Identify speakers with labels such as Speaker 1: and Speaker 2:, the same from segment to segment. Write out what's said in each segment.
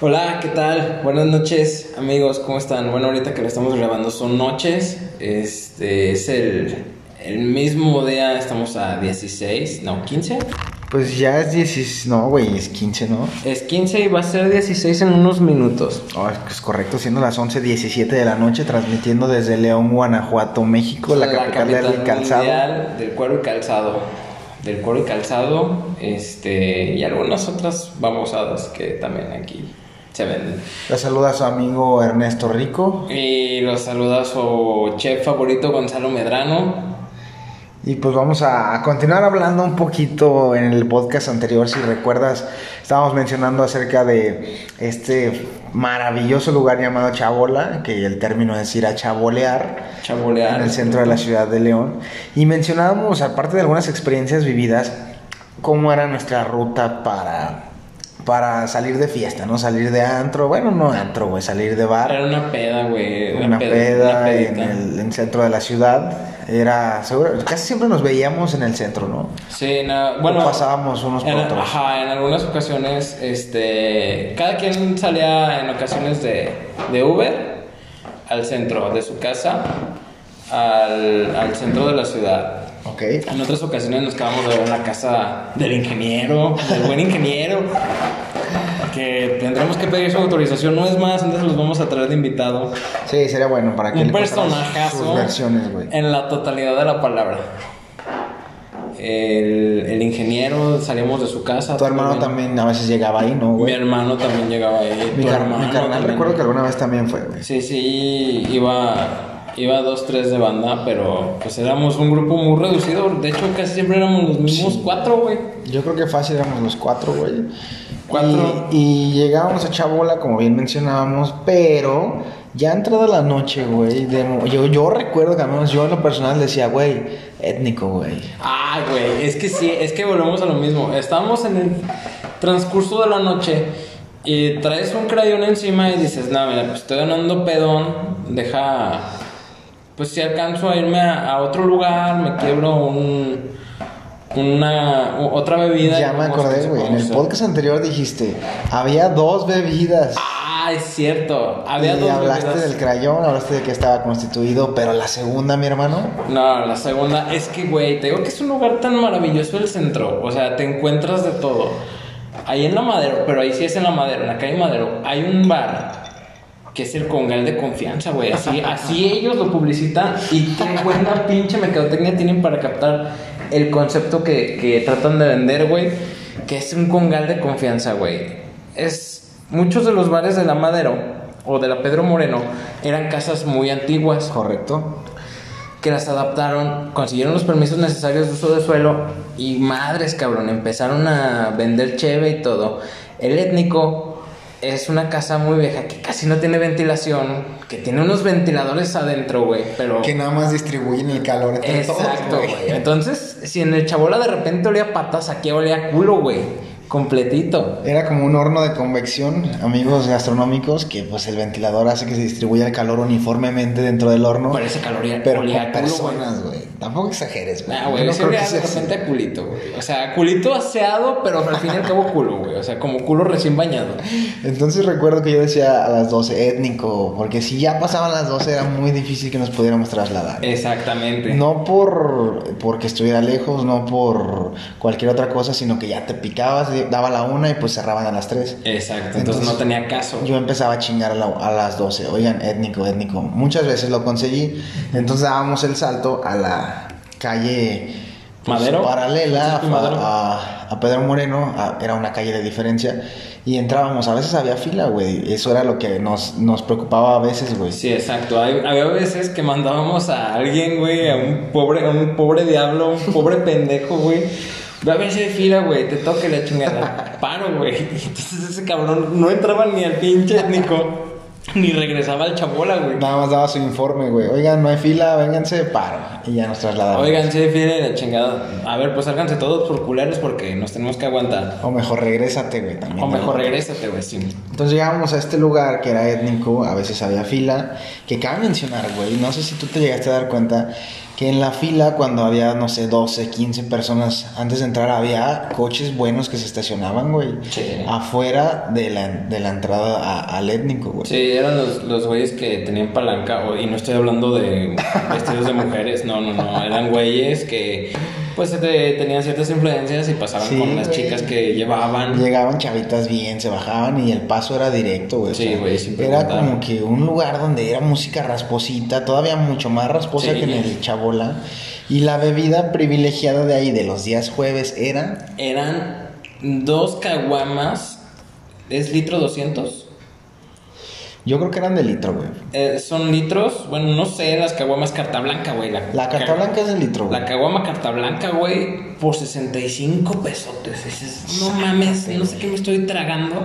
Speaker 1: Hola, ¿qué tal? Buenas noches, amigos, ¿cómo están? Bueno, ahorita que lo estamos grabando son noches. Este es el, el mismo día, estamos a 16, no, 15.
Speaker 2: Pues ya es 16, no, güey, es 15, ¿no?
Speaker 1: Es 15 y va a ser 16 en unos minutos.
Speaker 2: Oh, es correcto, siendo las 11.17 de la noche, transmitiendo desde León, Guanajuato, México, la, capital, del calzado.
Speaker 1: mundial del cuero y calzado. Del cuero y calzado, este, y algunas otras babosadas que también aquí se venden.
Speaker 2: La saluda su amigo Ernesto Rico.
Speaker 1: Y los saluda su chef favorito, Gonzalo Medrano.
Speaker 2: Y pues vamos a continuar hablando un poquito en el podcast anterior, si recuerdas, estábamos mencionando acerca de este maravilloso lugar llamado Chabola, que el término es ir a chabolear.
Speaker 1: Chabolear.
Speaker 2: en el centro de la ciudad de León. Y mencionábamos, aparte de algunas experiencias vividas, cómo era nuestra ruta para, para salir de fiesta, ¿no? Salir de antro, bueno, no antro, güey, salir de bar,
Speaker 1: Era una peda, güey.
Speaker 2: una
Speaker 1: una
Speaker 2: peda en
Speaker 1: pedita.
Speaker 2: el, en el centro de la ciudad. Era, seguro, casi siempre nos veíamos en el centro, ¿no?
Speaker 1: Sí, no, bueno.
Speaker 2: O pasábamos unos por
Speaker 1: en,
Speaker 2: otros.
Speaker 1: Ajá, en algunas ocasiones, este. Cada quien salía en ocasiones de, de Uber al centro, de su casa al, al centro de la ciudad.
Speaker 2: Ok.
Speaker 1: En otras ocasiones nos quedábamos de ver en la casa del ingeniero, del buen ingeniero. Que tendremos que pedir su autorización, no es más, entonces los vamos a traer de invitado.
Speaker 2: Sí, sería bueno para que
Speaker 1: Un
Speaker 2: le contaras sus
Speaker 1: personajazo
Speaker 2: versiones, güey.
Speaker 1: en la totalidad de la palabra. El, el ingeniero, salíamos de su casa.
Speaker 2: Tu hermano también a veces llegaba ahí, ¿no,
Speaker 1: Mi
Speaker 2: güey?
Speaker 1: hermano también llegaba ahí.
Speaker 2: Mi,
Speaker 1: tu
Speaker 2: car-
Speaker 1: hermano
Speaker 2: mi carnal,
Speaker 1: también.
Speaker 2: recuerdo que alguna vez también fue, güey.
Speaker 1: Sí, sí, iba, iba dos, tres de banda, pero pues éramos un grupo muy reducido. De hecho, casi siempre éramos los mismos cuatro, güey.
Speaker 2: Yo creo que fácil éramos los cuatro, güey.
Speaker 1: Cuatro.
Speaker 2: Y, y llegábamos a Chabola, como bien mencionábamos, pero ya entrada la noche, güey. de mo- Yo, yo recuerdo que al menos yo en lo personal decía, güey, étnico, güey.
Speaker 1: Ah, güey, es que sí, es que volvemos a lo mismo. Estamos en el transcurso de la noche y traes un crayón encima y dices, no, mira, pues estoy ganando pedón, deja, pues si alcanzo a irme a, a otro lugar, me quiebro un, una, u- otra bebida. y
Speaker 2: Ya me
Speaker 1: vemos qué
Speaker 2: acordé,
Speaker 1: se
Speaker 2: güey.
Speaker 1: puede
Speaker 2: En el
Speaker 1: hacer.
Speaker 2: podcast anterior dijiste, había dos bebidas.
Speaker 1: Ah, es cierto, había
Speaker 2: y
Speaker 1: dos
Speaker 2: hablaste
Speaker 1: bebidas.
Speaker 2: del crayón, hablaste de que estaba constituido, pero la segunda, mi hermano.
Speaker 1: No, la segunda es que, güey, te digo que es un lugar tan maravilloso el centro. O sea, te encuentras de todo. Ahí en la Madero, pero ahí sí es en la Madero, en la calle Madero, hay un bar que es el Congal de Confianza, güey. Así, así ellos lo publicitan y qué buena pinche mercadotecnia tienen para captar el concepto que, que tratan de vender, güey. Que es un Congal de Confianza, güey. Es. Muchos de los bares de la Madero o de la Pedro Moreno eran casas muy antiguas
Speaker 2: Correcto.
Speaker 1: que las adaptaron, consiguieron los permisos necesarios de uso de suelo y madres, cabrón, empezaron a vender cheve y todo. El étnico es una casa muy vieja que casi no tiene ventilación, que tiene unos ventiladores adentro, güey, pero...
Speaker 2: Que nada más distribuyen el calor entre todos,
Speaker 1: Exacto,
Speaker 2: güey.
Speaker 1: güey. Entonces, si en el chabola de repente olía patas, aquí olía culo, güey, completito.
Speaker 2: Era como un horno de convección, amigos gastronómicos, que pues el ventilador hace que se distribuya el calor uniformemente dentro del horno.
Speaker 1: Pero ese calor ya-
Speaker 2: pero
Speaker 1: olía
Speaker 2: con
Speaker 1: a culo,
Speaker 2: personas, güey. Tampoco exageres, güey.
Speaker 1: Ah,
Speaker 2: Yo
Speaker 1: güey,
Speaker 2: no
Speaker 1: ese
Speaker 2: creo que
Speaker 1: olía de
Speaker 2: sea así.
Speaker 1: repente a culito, güey. O sea, culito aseado, pero al fin y al cabo culo, güey. O sea, como culo recién bañado.
Speaker 2: Entonces recuerdo que yo decía a las 12 étnico, porque si ya pasaban las 12 era muy difícil que nos pudiéramos trasladar.
Speaker 1: Eh, Exactamente.
Speaker 2: No por porque estuviera lejos, no por cualquier otra cosa, sino que ya te picabas, daba la una y pues cerraban a las 3.
Speaker 1: Exacto, entonces,
Speaker 2: Entonces,
Speaker 1: no tenía caso.
Speaker 2: Yo empezaba a chingar a, la- a las 12. Oigan, étnico, étnico. Muchas veces lo conseguí. Entonces dábamos el salto a la calle pues,
Speaker 1: ¿Madero?
Speaker 2: paralela
Speaker 1: ¿Sí, Madero?
Speaker 2: a, a- a Pedro Moreno. a- era una calle de diferencia. Y entrábamos. A veces había fila, güey. Eso era lo que nos, nos preocupaba a veces, güey.
Speaker 1: Sí, exacto. Hay- había veces que mandábamos a alguien, güey, a un pobre, a un pobre diablo, un pobre pendejo, güey. Ve a ver si hay fila, güey, te toque la chingada. Paro, güey. Entonces ese cabrón no entraba ni al pinche étnico, ni regresaba al chabola, güey.
Speaker 2: Nada más daba su informe, güey. Oigan, no hay fila, vénganse, paro. Y ya nos trasladaban.
Speaker 1: Oigan, sí, fila y la chingada. A ver, pues sálganse todos por culeros porque nos tenemos que aguantar.
Speaker 2: O mejor regrésate, güey, también.
Speaker 1: O
Speaker 2: ¿no?
Speaker 1: mejor regrésate, güey, sí.
Speaker 2: Entonces llegábamos a este lugar que era étnico, a veces había fila, que cabe mencionar, güey, no sé si tú te llegaste a dar cuenta que en la fila cuando había, no sé, 12, 15 personas antes de entrar, había coches buenos que se estacionaban, güey.
Speaker 1: Sí.
Speaker 2: Afuera de la, de la entrada a- al étnico, güey.
Speaker 1: Sí, eran los, los güeyes que tenían palanca, o- y no estoy hablando de vestidos de mujeres, no, no, no, eran güeyes que pues se te- tenían ciertas influencias y pasaban
Speaker 2: Sí,
Speaker 1: con las
Speaker 2: güey.
Speaker 1: chicas que llevaban.
Speaker 2: Llegaban chavitas bien, se bajaban y el paso era directo, güey.
Speaker 1: Sí, güey, sin
Speaker 2: Era
Speaker 1: preguntar.
Speaker 2: como que un lugar donde era música rasposita, todavía mucho más rasposa
Speaker 1: Sí.
Speaker 2: que en el Chabola. Y la bebida privilegiada de ahí de los días jueves era
Speaker 1: Eran dos caguamas, es litro 200.
Speaker 2: Yo creo que eran de litro, güey.
Speaker 1: Eh, son litros, bueno, no sé, las caguamas carta blanca, güey. La,
Speaker 2: La carta
Speaker 1: ca-
Speaker 2: blanca es de litro, güey.
Speaker 1: La caguama carta blanca, güey, por 65 pesotes. Dices, no mames, no sé qué me estoy tragando,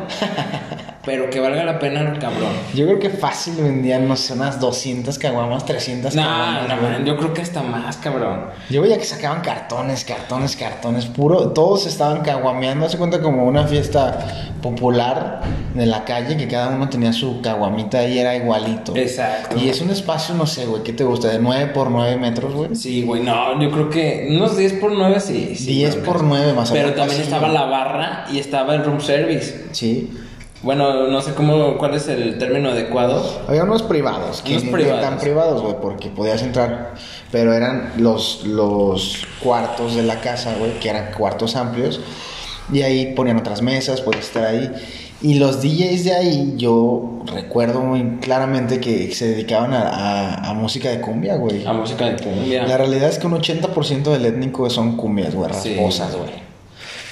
Speaker 1: pero que valga la pena, cabrón.
Speaker 2: Yo creo que fácil vendían, no sé, unas 200 caguamas, 300
Speaker 1: No,
Speaker 2: caguamas,
Speaker 1: no,
Speaker 2: güey.
Speaker 1: man, yo creo que hasta más, cabrón.
Speaker 2: Yo veía que sacaban cartones, cartones, cartones, puro. Todos estaban caguameando. Hace cuenta como una fiesta popular de la calle que cada uno tenía su caguamita y era igualito.
Speaker 1: Exacto.
Speaker 2: Y es un espacio, no sé, güey, ¿qué te gusta? ¿De 9 por 9 metros, güey?
Speaker 1: Sí, güey, no, yo creo que unos 10 por 9, sí. sí
Speaker 2: 10
Speaker 1: creo que
Speaker 2: por
Speaker 1: sí.
Speaker 2: 9 más o menos.
Speaker 1: Pero también
Speaker 2: Sí.
Speaker 1: estaba la barra y estaba el room service.
Speaker 2: Sí.
Speaker 1: Bueno, no sé cómo, cuál es el término adecuado.
Speaker 2: Había unos privados, que
Speaker 1: Unos
Speaker 2: ni
Speaker 1: privados.
Speaker 2: tan privados, güey, porque podías entrar, pero eran los, los cuartos de la casa, güey, que eran cuartos amplios, y ahí ponían otras mesas, podías estar ahí. Y los DJs de ahí, yo recuerdo muy claramente que se dedicaban a, a- a música de cumbia, güey.
Speaker 1: La música de cumbia.
Speaker 2: La realidad es que un 80% del étnico son cumbias, güey,
Speaker 1: Sí.
Speaker 2: rasposas, güey.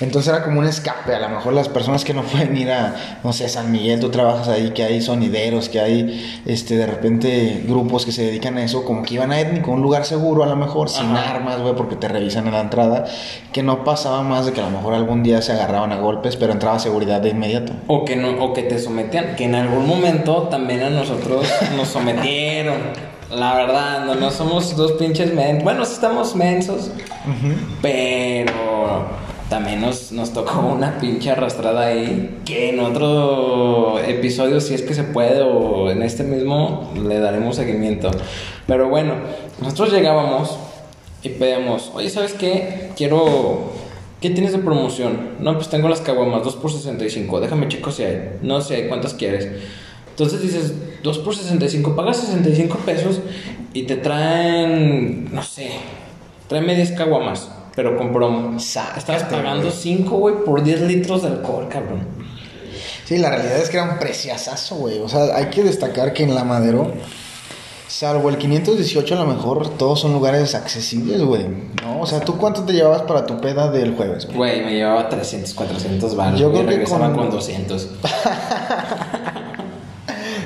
Speaker 2: Entonces era como un escape. A lo mejor las personas que no pueden ir a, no sé, San Miguel, tú trabajas ahí, que hay sonideros, que hay, este, de repente grupos que se dedican a eso, como que iban a étnico, un lugar seguro, a lo mejor, sin
Speaker 1: Ajá.
Speaker 2: armas, güey, porque te revisan en la entrada. Que no pasaba más de que a lo mejor algún día se agarraban a golpes, pero entraba seguridad de inmediato.
Speaker 1: O que, no, o que te sometían, que en algún momento también a nosotros nos sometieron. La verdad, no, no somos dos pinches mensos. Bueno, sí estamos mensos, pero también nos, nos tocó una pinche arrastrada ahí. Que en otro episodio, si es que se puede, o en este mismo, le daremos seguimiento. Pero bueno, nosotros llegábamos y pedíamos, oye, ¿sabes qué? Quiero ¿Qué tienes de promoción? No, pues tengo las caguamas, 2 por 65. Déjame chico si hay. No sé, ¿cuántas quieres? Entonces dices, 2 por 65, pagas 65 pesos y te traen, no sé, tráeme 10 caguamas, pero con promo.
Speaker 2: Sácate,
Speaker 1: Estabas pagando
Speaker 2: güey.
Speaker 1: 5, güey, por 10 litros de alcohol, cabrón.
Speaker 2: Sí, la realidad es que era un preciazazo, güey. O sea, hay que destacar que en la Madero, salvo el 518, a lo mejor todos son lugares accesibles, güey. ¿No? O sea, ¿tú cuánto te llevabas para tu peda del jueves, güey?
Speaker 1: Güey, me llevaba 300, 400 baros.
Speaker 2: Yo
Speaker 1: Yo
Speaker 2: creo que
Speaker 1: regresaban
Speaker 2: con-
Speaker 1: con... 200.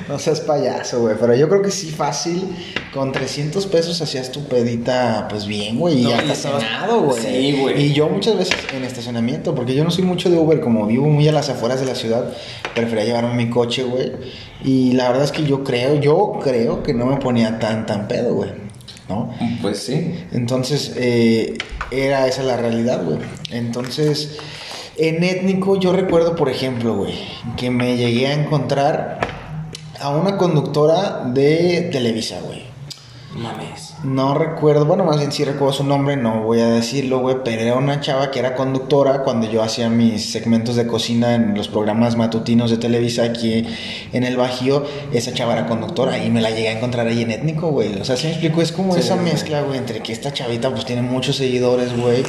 Speaker 2: No seas payaso, güey. Pero yo creo que sí, fácil. Con 300 pesos hacías tu pedita, pues bien, güey. Y
Speaker 1: No,
Speaker 2: ya
Speaker 1: y
Speaker 2: hasta
Speaker 1: estabas-
Speaker 2: cenado, güey.
Speaker 1: Sí, güey.
Speaker 2: Y yo muchas veces en estacionamiento, porque yo no soy mucho de Uber, como vivo muy a las afueras de la ciudad, prefería llevarme mi coche, güey. Y la verdad es que yo creo, yo creo que no me ponía tan, tan pedo, güey. ¿No?
Speaker 1: Pues sí.
Speaker 2: Entonces, eh, era esa la realidad, güey. Entonces, en étnico yo recuerdo, por ejemplo, güey, que me llegué a encontrar a una conductora de Televisa, güey.
Speaker 1: Mames.
Speaker 2: No recuerdo, bueno, más bien sí recuerdo su nombre, no voy a decirlo, güey, pero era una chava que era conductora cuando yo hacía mis segmentos de cocina en los programas matutinos de Televisa aquí en el Bajío, esa chava era conductora y me la llegué a encontrar ahí en étnico, güey. O sea, si me explico, es como
Speaker 1: Sí,
Speaker 2: esa
Speaker 1: güey.
Speaker 2: mezcla, güey, entre que esta chavita pues tiene muchos seguidores, güey,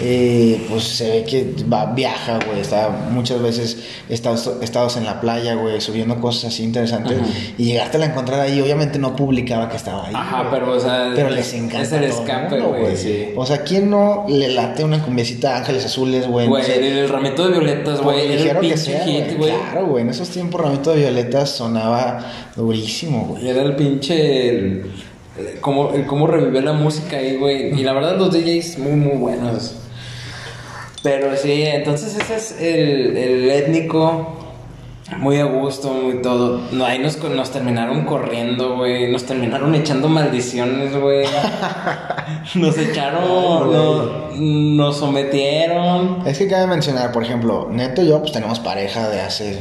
Speaker 2: eh, pues se ve que va, viaja, güey, está muchas veces estados, estados en la playa, güey, subiendo cosas así interesantes
Speaker 1: Ajá.
Speaker 2: y llegaste a la encontrar ahí, obviamente no publicaba que estaba ahí.
Speaker 1: Ajá,
Speaker 2: güey.
Speaker 1: pero o sea.
Speaker 2: Pero les encanta.
Speaker 1: Es el
Speaker 2: a todo el
Speaker 1: escape,
Speaker 2: mundo,
Speaker 1: güey. Sí.
Speaker 2: O sea, ¿quién no le late una cumbiecita de Ángeles Azules, güey? No
Speaker 1: Güey,
Speaker 2: sé,
Speaker 1: el ramito de violetas,
Speaker 2: como
Speaker 1: güey. Era
Speaker 2: ligero
Speaker 1: el
Speaker 2: que
Speaker 1: pinche
Speaker 2: sea,
Speaker 1: hit,
Speaker 2: güey.
Speaker 1: güey.
Speaker 2: Claro, güey. En esos tiempos Ramito de Violeta sonaba durísimo, güey.
Speaker 1: Era el pinche. El, el cómo, el cómo revivió la música ahí, güey. Y la verdad, los DJs muy, muy buenos. Pero sí, entonces ese es el, el étnico. Muy a gusto, muy todo. No, ahí nos, co- nos terminaron corriendo, güey. Nos terminaron echando maldiciones, güey. Nos echaron.
Speaker 2: Ay, güey.
Speaker 1: no, nos sometieron.
Speaker 2: Es que cabe mencionar, por ejemplo, Neto y yo pues tenemos pareja de hace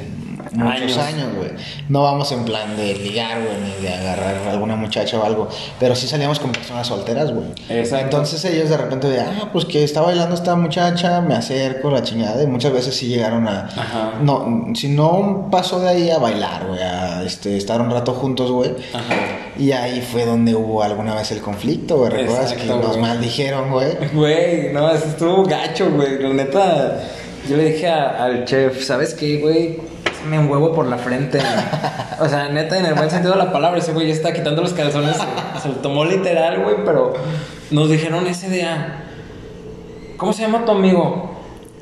Speaker 2: muchos
Speaker 1: Años.
Speaker 2: años, güey. No vamos en plan de ligar, güey, ni de agarrar a alguna muchacha o algo, pero sí salíamos con personas solteras, güey.
Speaker 1: Exacto.
Speaker 2: Entonces ellos de repente de, ah, pues que está bailando esta muchacha, me acerco, la chingada, y muchas veces sí llegaron a...
Speaker 1: Ajá.
Speaker 2: No, si no pasó de ahí a bailar, güey, a este, estar un rato juntos, güey.
Speaker 1: Ajá.
Speaker 2: Y ahí fue donde hubo alguna vez el conflicto, güey. ¿Recuerdas
Speaker 1: Exacto,
Speaker 2: que nos
Speaker 1: güey.
Speaker 2: maldijeron, güey?
Speaker 1: Güey, no, eso estuvo gacho, güey. La neta, yo le dije a- al chef, ¿sabes qué, güey? Me huevo por la frente. güey". O sea, neta, en el buen sentido de la palabra, ese güey ya está quitando los calzones. güey. Se lo tomó literal, güey, pero nos dijeron ese día, ¿cómo se llama tu amigo?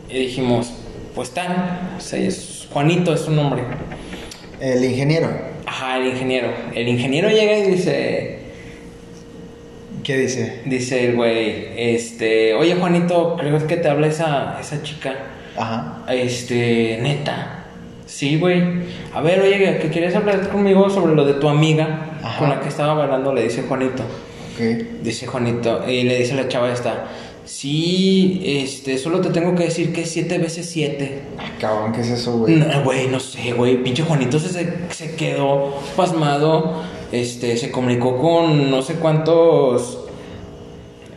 Speaker 1: Y dijimos, pues tal, o sea, es Juanito es su nombre.
Speaker 2: El ingeniero.
Speaker 1: Ajá, el ingeniero. El ingeniero llega y dice,
Speaker 2: ¿Qué dice?
Speaker 1: Dice el güey, este, oye Juanito, creo que te habla esa, esa chica.
Speaker 2: Ajá.
Speaker 1: Este, neta. Sí, güey. A ver, oye, que quieres hablar conmigo sobre lo de tu amiga
Speaker 2: Ajá.
Speaker 1: con la que estaba bailando, le dice Juanito.
Speaker 2: Ok.
Speaker 1: Dice Juanito, y le dice la chava esta, sí, este, solo te tengo que decir que es siete veces siete.
Speaker 2: Ah, cabrón, ¿qué es eso, güey?
Speaker 1: No, Güey, no, sé, güey. Pinche Juanito se, se- se quedó pasmado. Este, se comunicó con no sé cuántos.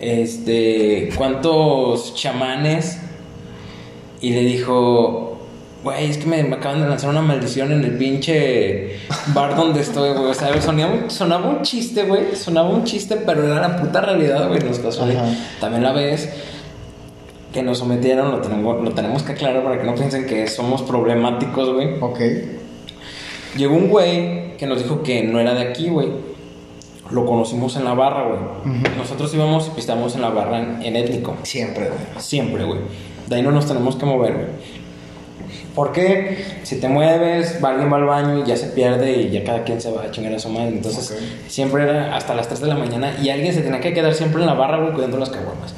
Speaker 1: Este, cuántos chamanes. Y le dijo: Güey, es que me, me acaban de lanzar una maldición en el pinche bar donde estoy, güey. O sea, sonía un- sonaba un chiste, güey. Sonaba un chiste, pero era la puta realidad, güey. Nos pasó ahí.
Speaker 2: Ajá.
Speaker 1: También la ves que nos sometieron, lo tenemos, lo tenemos que aclarar para que no piensen que somos problemáticos, güey.
Speaker 2: Ok.
Speaker 1: Llegó un güey que nos dijo que no era de aquí, güey. Lo conocimos en la barra, güey.
Speaker 2: Ujú.
Speaker 1: Nosotros íbamos y pisteamos en la barra en, en étnico.
Speaker 2: Siempre, güey.
Speaker 1: Siempre, güey. De ahí no nos tenemos que mover, güey. Porque si te mueves, va alguien va al baño y ya se pierde y ya cada quien se va a chingar a su madre. Entonces,
Speaker 2: Ok.
Speaker 1: siempre era hasta las 3 de la mañana y alguien se tenía que quedar siempre en la barra, güey, cuidando las caguamas.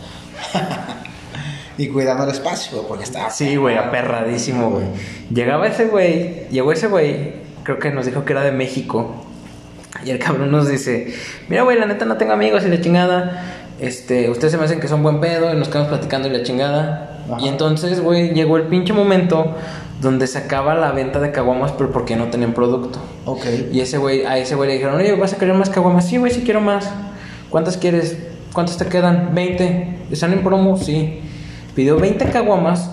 Speaker 2: Y cuidando el espacio, güey, porque está...
Speaker 1: Sí, güey, aperradísimo, güey. Llegaba ese güey, llegó ese güey, creo que nos dijo que era de México. Y el cabrón nos dice, mira, güey, la neta no tengo amigos y la chingada. Este, ustedes se me hacen que son buen pedo y nos quedamos platicando y la chingada.
Speaker 2: Ajá.
Speaker 1: Y entonces, güey, llegó el pinche momento donde se acaba la venta de caguamas, pero porque no tenían producto.
Speaker 2: Ok.
Speaker 1: Y ese güey, a ese güey le dijeron, oye, ¿vas a querer más caguamas? Sí, güey, sí quiero más. ¿Cuántas quieres? ¿Cuántas te quedan? 20. ¿Están en promo? Sí. Pidió 20 caguamas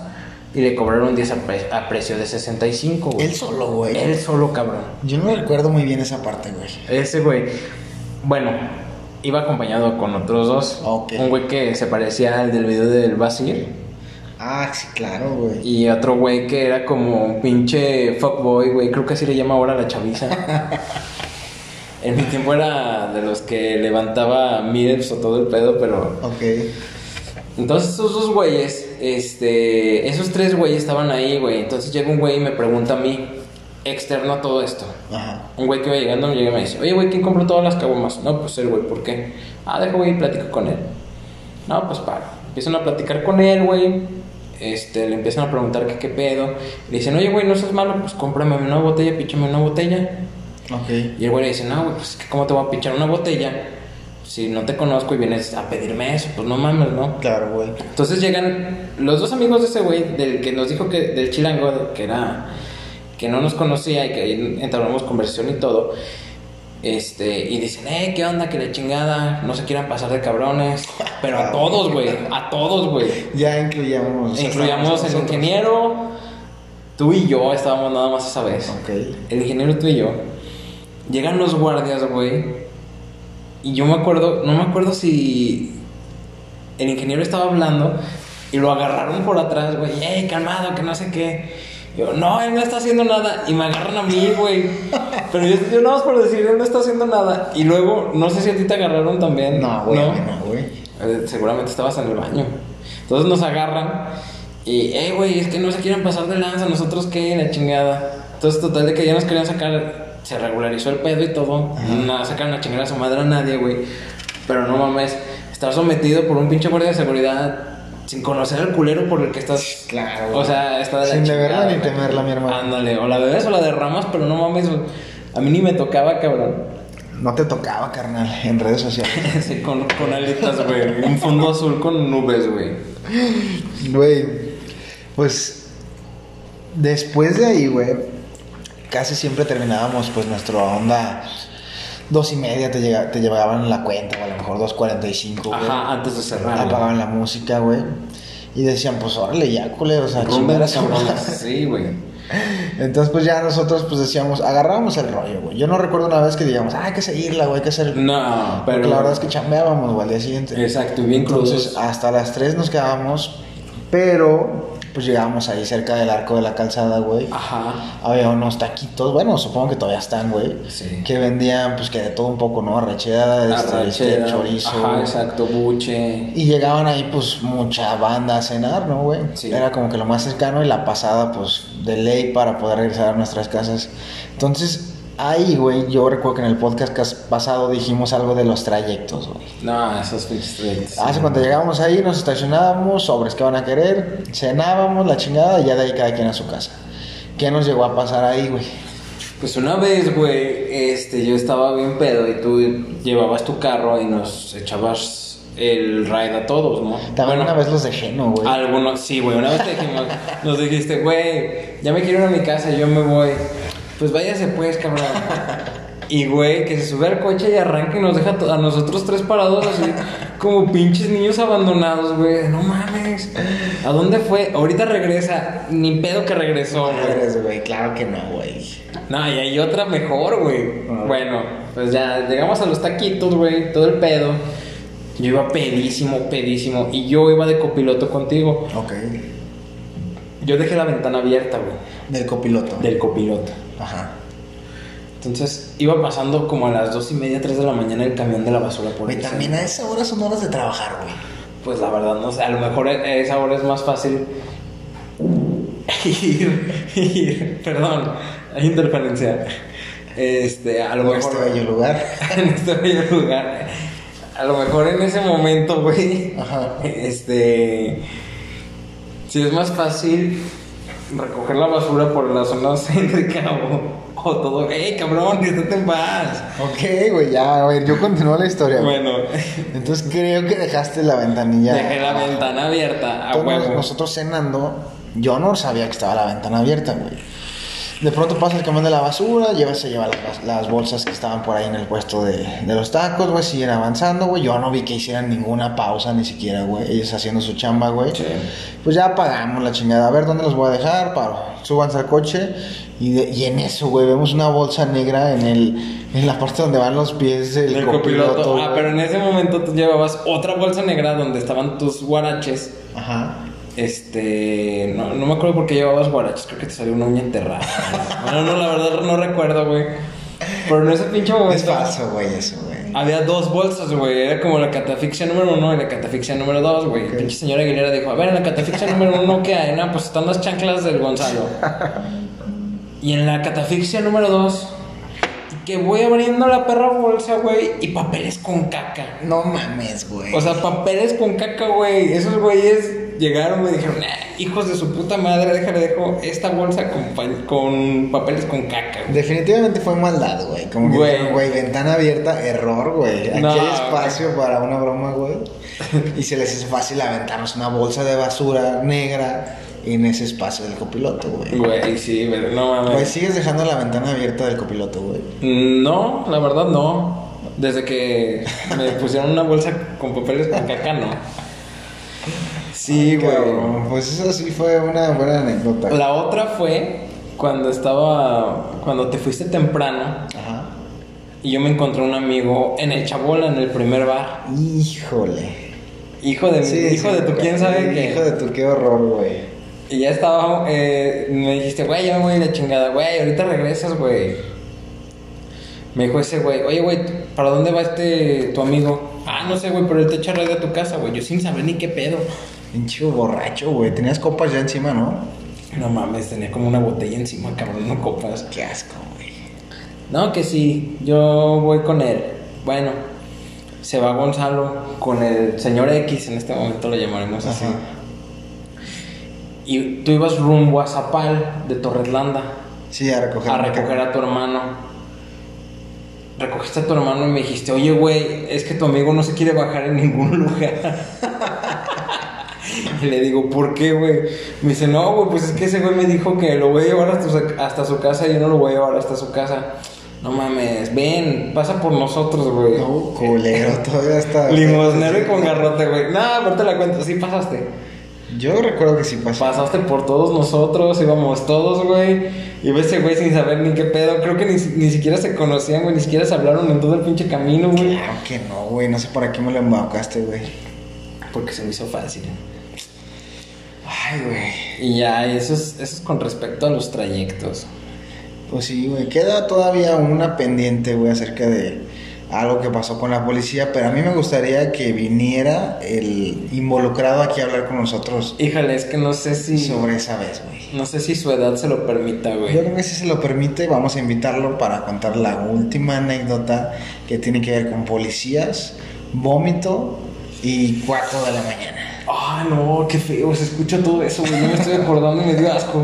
Speaker 1: y le cobraron 10 a, pre- a precio de 65, güey.
Speaker 2: Él solo, güey.
Speaker 1: Él solo, cabrón.
Speaker 2: Yo no recuerdo muy bien esa parte, güey.
Speaker 1: Ese güey. Bueno, iba acompañado con otros dos.
Speaker 2: Ok.
Speaker 1: Un güey que se parecía al del video del Basir.
Speaker 2: Ah, sí, claro, güey.
Speaker 1: Y otro güey que era como un pinche fuckboy, güey. Creo que así le llama ahora la chaviza. en mi tiempo era de los que levantaba mireps o todo el pedo, pero.
Speaker 2: Ok.
Speaker 1: Entonces esos dos güeyes, este. Esos tres güeyes estaban ahí, güey. Entonces llega un güey y me pregunta a mí, externo a todo esto.
Speaker 2: Ajá.
Speaker 1: Un güey que iba llegando me llega y me dice, oye, güey, ¿quién compró todas las caguamas? No, pues el güey, ¿por qué? Ah, dejo, güey, y platico con él. No, pues para. Empiezan a platicar con él, güey. Este, le empiezan a preguntar que qué pedo. Le dicen, oye, güey, no seas malo, pues cómprame una botella, píchame una botella.
Speaker 2: Ok.
Speaker 1: Y el güey le dice, no, güey, pues que ¿cómo te voy a pichar una botella? Si no te conozco y vienes a pedirme eso, pues no mames, ¿no?
Speaker 2: Claro, güey.
Speaker 1: Entonces llegan los dos amigos de ese güey, del que nos dijo que, del chilango, que era, que no nos conocía y que ahí entablamos conversación y todo. Este, y dicen, eh, ¿qué onda? Que la chingada, no se quieran pasar de cabrones. Pero a todos, güey, a todos, güey.
Speaker 2: Ya incluyamos... o sea,
Speaker 1: Incluyamos
Speaker 2: estábamos
Speaker 1: el ingeniero, tú y yo estábamos nada más esa vez.
Speaker 2: nosotros.
Speaker 1: El ingeniero, tú y yo. Llegan los guardias, güey. Y yo me acuerdo, no me acuerdo si el ingeniero estaba hablando y lo agarraron por atrás, güey. ¡Ey, calmado, que no sé qué! Yo, no, él no está haciendo nada. Y me agarran a mí, güey. Pero yo, yo nada más por decir, él no está haciendo nada. Y luego, no sé si a ti te agarraron también.
Speaker 2: Ok. No, güey, no, güey.
Speaker 1: Eh, Seguramente estabas en el baño. Entonces nos agarran y, eh, güey, es que no se quieren pasar de lanza, nosotros qué, la chingada. Entonces, total de que ya nos querían sacar, se regularizó el pedo y todo.
Speaker 2: Ajá.
Speaker 1: Nada, sacaron a chingar a su madre a nadie, güey. Pero no mames, estar sometido por un pinche guardia de seguridad sin conocer al culero por el que estás.
Speaker 2: Claro, güey.
Speaker 1: O sea, está de la
Speaker 2: Sin
Speaker 1: chingada,
Speaker 2: deberla ni
Speaker 1: güey.
Speaker 2: temerla, mi hermano.
Speaker 1: Ándale, o la bebes o la derramas, pero no mames, a mí ni me tocaba, cabrón.
Speaker 2: No te tocaba, carnal, en redes sociales.
Speaker 1: Sí, con, con alitas, güey. Un fondo azul con nubes, güey.
Speaker 2: Güey, pues después de ahí, güey, casi siempre terminábamos pues nuestra onda dos y media te, llega- te llevaban la cuenta, o a lo mejor 2.45, güey.
Speaker 1: Ajá, antes de cerrar. güey.
Speaker 2: Apagaban la música, güey. Y decían, pues órale, ya, culero, o sea, chingar a su
Speaker 1: Cabrón,
Speaker 2: madre.
Speaker 1: Sí, güey.
Speaker 2: Entonces, pues ya nosotros, pues decíamos, agarrábamos el rollo, güey. Yo no recuerdo una vez que digamos, ah, hay que seguirla, güey, hay que hacer.
Speaker 1: No, pero.
Speaker 2: Porque la verdad es que chambeábamos, güey, al día siguiente.
Speaker 1: Exacto, y bien
Speaker 2: Entonces,
Speaker 1: cruces.
Speaker 2: hasta las 3 nos quedábamos, pero pues llegábamos ahí cerca del arco de la calzada, güey.
Speaker 1: Ah. Ajá.
Speaker 2: Había unos taquitos, bueno, supongo que todavía están, güey.
Speaker 1: Sí.
Speaker 2: Que vendían, pues que de todo un poco, ¿no? Arrechera, este,
Speaker 1: Arrachera,
Speaker 2: este, chorizo.
Speaker 1: Ajá, exacto, buche.
Speaker 2: Y llegaban ahí, pues, mucha banda a cenar, ¿no, güey?
Speaker 1: Sí.
Speaker 2: Era como que lo más cercano y la pasada, pues, de ley para poder regresar a nuestras casas. Entonces, ahí, güey, yo recuerdo que en el podcast cas- pasado dijimos algo de los trayectos, güey.
Speaker 1: No, esos pinches trades.
Speaker 2: Hace Ah, cuando llegábamos ahí, nos estacionábamos, sobres que van a querer, cenábamos la chingada y ya de ahí cada quien a su casa. ¿Qué nos llegó a pasar ahí, güey?
Speaker 1: Pues una vez, güey, este, yo estaba bien pedo y tú llevabas tu carro y nos echabas el ride a todos, ¿no?
Speaker 2: También
Speaker 1: Bueno, Ah,
Speaker 2: una vez los dejé, ¿no, güey?
Speaker 1: Algunos, sí, güey, una vez te dijimos, nos dijiste, güey, ya me quiero ir a mi casa, yo me voy. Pues váyase pues, cabrón. Y, güey, que se sube al coche y arranca y nos deja to- a nosotros tres parados así, como pinches niños abandonados, güey. No mames. ¿A dónde fue? Ahorita regresa. Ni pedo que regresó, güey.
Speaker 2: Madres, güey, claro que no, güey.
Speaker 1: No, y hay otra mejor, güey.
Speaker 2: A ver.
Speaker 1: Bueno, pues ya llegamos a los taquitos, güey, todo el pedo. Yo iba pedísimo, pedísimo. Y yo iba de copiloto contigo.
Speaker 2: Ok.
Speaker 1: Yo dejé la ventana abierta, güey,
Speaker 2: Del copiloto.
Speaker 1: del copiloto.
Speaker 2: Ajá.
Speaker 1: Entonces iba pasando como a las dos y media, tres de la mañana el camión de la basura por
Speaker 2: Güey,
Speaker 1: ese-
Speaker 2: también a esa hora son horas de trabajar, güey.
Speaker 1: Pues la verdad, no sé, a lo mejor a esa hora es más fácil ir, ir, perdón, hay interferencia. Este, a lo
Speaker 2: En
Speaker 1: mejor
Speaker 2: este bello lugar.
Speaker 1: en este bello lugar. A lo mejor en ese momento, güey.
Speaker 2: Ajá.
Speaker 1: Este. Si es más fácil recoger la basura por la zona céntrica o, o todo. ¡Ey, cabrón! ¡Que te vas!
Speaker 2: Ok, güey, ya, a ver, yo continúo la historia, güey.
Speaker 1: Bueno,
Speaker 2: Entonces creo que dejaste la ventanilla.
Speaker 1: dejé la ventana abierta a
Speaker 2: Entonces,
Speaker 1: Ah, huevo.
Speaker 2: Nosotros cenando, yo no sabía que estaba la ventana abierta, güey. De pronto pasa el camión de la basura, lleva, se lleva las, las bolsas que estaban por ahí en el puesto de, de los tacos, güey, siguen avanzando, güey. Yo no vi que hicieran ninguna pausa ni siquiera, güey. Ellos haciendo su chamba, güey.
Speaker 1: Sí.
Speaker 2: Pues ya pagamos la chingada. A ver dónde los voy a dejar, paro. Súbanse al coche. Y, de- y en eso, güey, vemos una bolsa negra en, el, en la parte donde van los pies del
Speaker 1: Del
Speaker 2: copiloto.
Speaker 1: copiloto. Ah,
Speaker 2: güey.
Speaker 1: pero en ese momento tú llevabas otra bolsa negra donde estaban tus guaraches.
Speaker 2: Ajá.
Speaker 1: Este. No, no me acuerdo por qué llevabas guaraches. Creo que te salió una uña enterrada. bueno, no, la verdad no recuerdo, güey. Pero en ese pinche momento.
Speaker 2: Es falso, güey, eso, güey.
Speaker 1: Había dos bolsas, güey. Era como la catafixia número uno y la catafixia número dos, güey. El pinche señora Aguilera dijo: A ver, en la catafixia número uno, ¿qué hay? No, pues están las chanclas del Gonzalo. Y en la catafixia número dos, que voy abriendo la perra bolsa, güey, y papeles con caca.
Speaker 2: No mames, güey.
Speaker 1: O sea, papeles con caca, güey. Esos güeyes llegaron, me dijeron, "Nah, hijos de su puta madre, déjale, dejo esta bolsa con, pa- con papeles con caca, güey.
Speaker 2: Definitivamente fue maldad, güey. Como que
Speaker 1: Güey.
Speaker 2: dijeron, güey, ventana abierta, error, güey. Aquí
Speaker 1: No,
Speaker 2: hay espacio para una broma, güey. Y se les hizo fácil aventarnos una bolsa de basura negra en ese espacio del copiloto, güey.
Speaker 1: Güey, sí, pero no mames.
Speaker 2: Güey, sigues dejando la ventana abierta del copiloto, güey.
Speaker 1: No, la verdad no. Desde que me pusieron una bolsa con papeles con caca, no. Sí,
Speaker 2: Ay, cabrón, Pues eso sí fue una buena anécdota.
Speaker 1: La otra fue cuando estaba. Cuando te fuiste temprano
Speaker 2: Ajá.
Speaker 1: y yo me encontré un amigo en el Chabola, en el primer bar.
Speaker 2: Híjole.
Speaker 1: Hijo de, mi- hijo
Speaker 2: sí,
Speaker 1: de tu, quién sabe qué.
Speaker 2: Hijo de tu, qué horror, güey.
Speaker 1: Y ya estaba, eh, me dijiste, güey, ya me voy a la chingada, güey, ahorita regresas, güey. Me dijo ese güey, oye, güey, ¿para dónde va este tu amigo? Ah, no sé, güey, pero él te echa raid a tu casa, güey, yo sin saber ni qué pedo.
Speaker 2: Pinche borracho, güey. Tenías copas ya encima, ¿no?
Speaker 1: No mames, tenía como una botella encima, cabrón, no copas.
Speaker 2: Qué asco, güey.
Speaker 1: No, que sí, yo voy con él. Bueno, se va Gonzalo con el señor X, en este momento lo llamaremos así.
Speaker 2: Ajá.
Speaker 1: Y tú ibas rumbo a Zapal, de Torreslanda.
Speaker 2: Sí, a recoger.
Speaker 1: a recoger a tu hermano. recogiste a tu hermano y me dijiste, oye, güey, es que tu amigo no se quiere bajar en ningún lugar. y le digo, ¿por qué, güey? Me dice, no, güey, pues es que ese güey me dijo que lo voy a llevar hasta su, hasta su casa y yo no lo voy a llevar hasta su casa. No mames, ven, pasa por nosotros, güey.
Speaker 2: No, culero, todavía está.
Speaker 1: Limosnero y con garrote, güey. No, no te la cuento, sí pasaste.
Speaker 2: Yo recuerdo que sí pasó.
Speaker 1: Pasaste por todos nosotros, íbamos todos, güey. Y ves ese güey sin saber ni qué pedo. Creo que ni, si- ni siquiera se conocían, güey. Ni siquiera se hablaron en todo el pinche camino, güey.
Speaker 2: Claro que no, güey. No sé para qué me lo embaucaste, güey.
Speaker 1: Porque se me hizo fácil.
Speaker 2: Ay, güey.
Speaker 1: Y ya, eso es, eso es con respecto a los trayectos.
Speaker 2: Pues sí, güey. Queda todavía una pendiente, güey, acerca de algo que pasó con la policía. Pero a mí me gustaría que viniera el involucrado aquí a hablar con nosotros
Speaker 1: Híjale, es que no sé si.
Speaker 2: sobre esa vez, güey.
Speaker 1: No sé si su edad se lo permita,
Speaker 2: Yo
Speaker 1: güey.
Speaker 2: creo que si se lo permite, vamos a invitarlo para contar la última anécdota que tiene que ver con policías, vómito y 4 de la mañana.
Speaker 1: Ah, no, qué feo. Se escucha todo eso, güey. Yo me estoy acordando y me dio asco.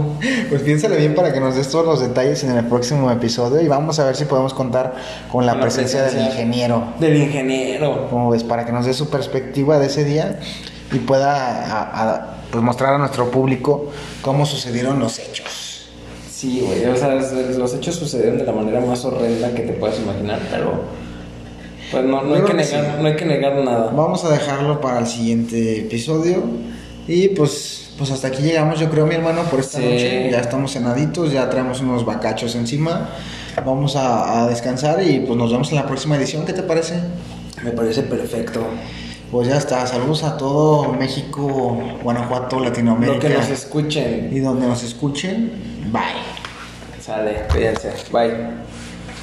Speaker 2: Pues piénsale bien para que nos des todos los detalles en el próximo episodio y vamos a ver si podemos contar con la
Speaker 1: Con la
Speaker 2: presencia del
Speaker 1: presencia.
Speaker 2: ingeniero.
Speaker 1: Del ingeniero.
Speaker 2: como ves, para que nos dé su perspectiva de ese día y pueda a- a- pues, mostrar a nuestro público cómo sucedieron los hechos.
Speaker 1: Sí, güey. O sea, es- los hechos sucedieron de la manera más horrenda que te puedas imaginar, pero. Pues no, no, hay,
Speaker 2: Yo
Speaker 1: que
Speaker 2: creo que
Speaker 1: negar,
Speaker 2: sí.
Speaker 1: no hay que negar nada.
Speaker 2: Vamos a dejarlo para el siguiente episodio y pues, pues hasta aquí llegamos, yo creo, mi hermano, por esta
Speaker 1: Sí.
Speaker 2: noche. Ya estamos cenaditos, ya traemos unos bacachos encima. Vamos a, a descansar y pues nos vemos en la próxima edición, ¿qué te parece?
Speaker 1: Me parece perfecto.
Speaker 2: Pues ya está, saludos a todo México, Guanajuato, Latinoamérica
Speaker 1: Lo que nos escuchen.
Speaker 2: y donde nos escuchen. Bye.
Speaker 1: Sale, cuídense. Bye.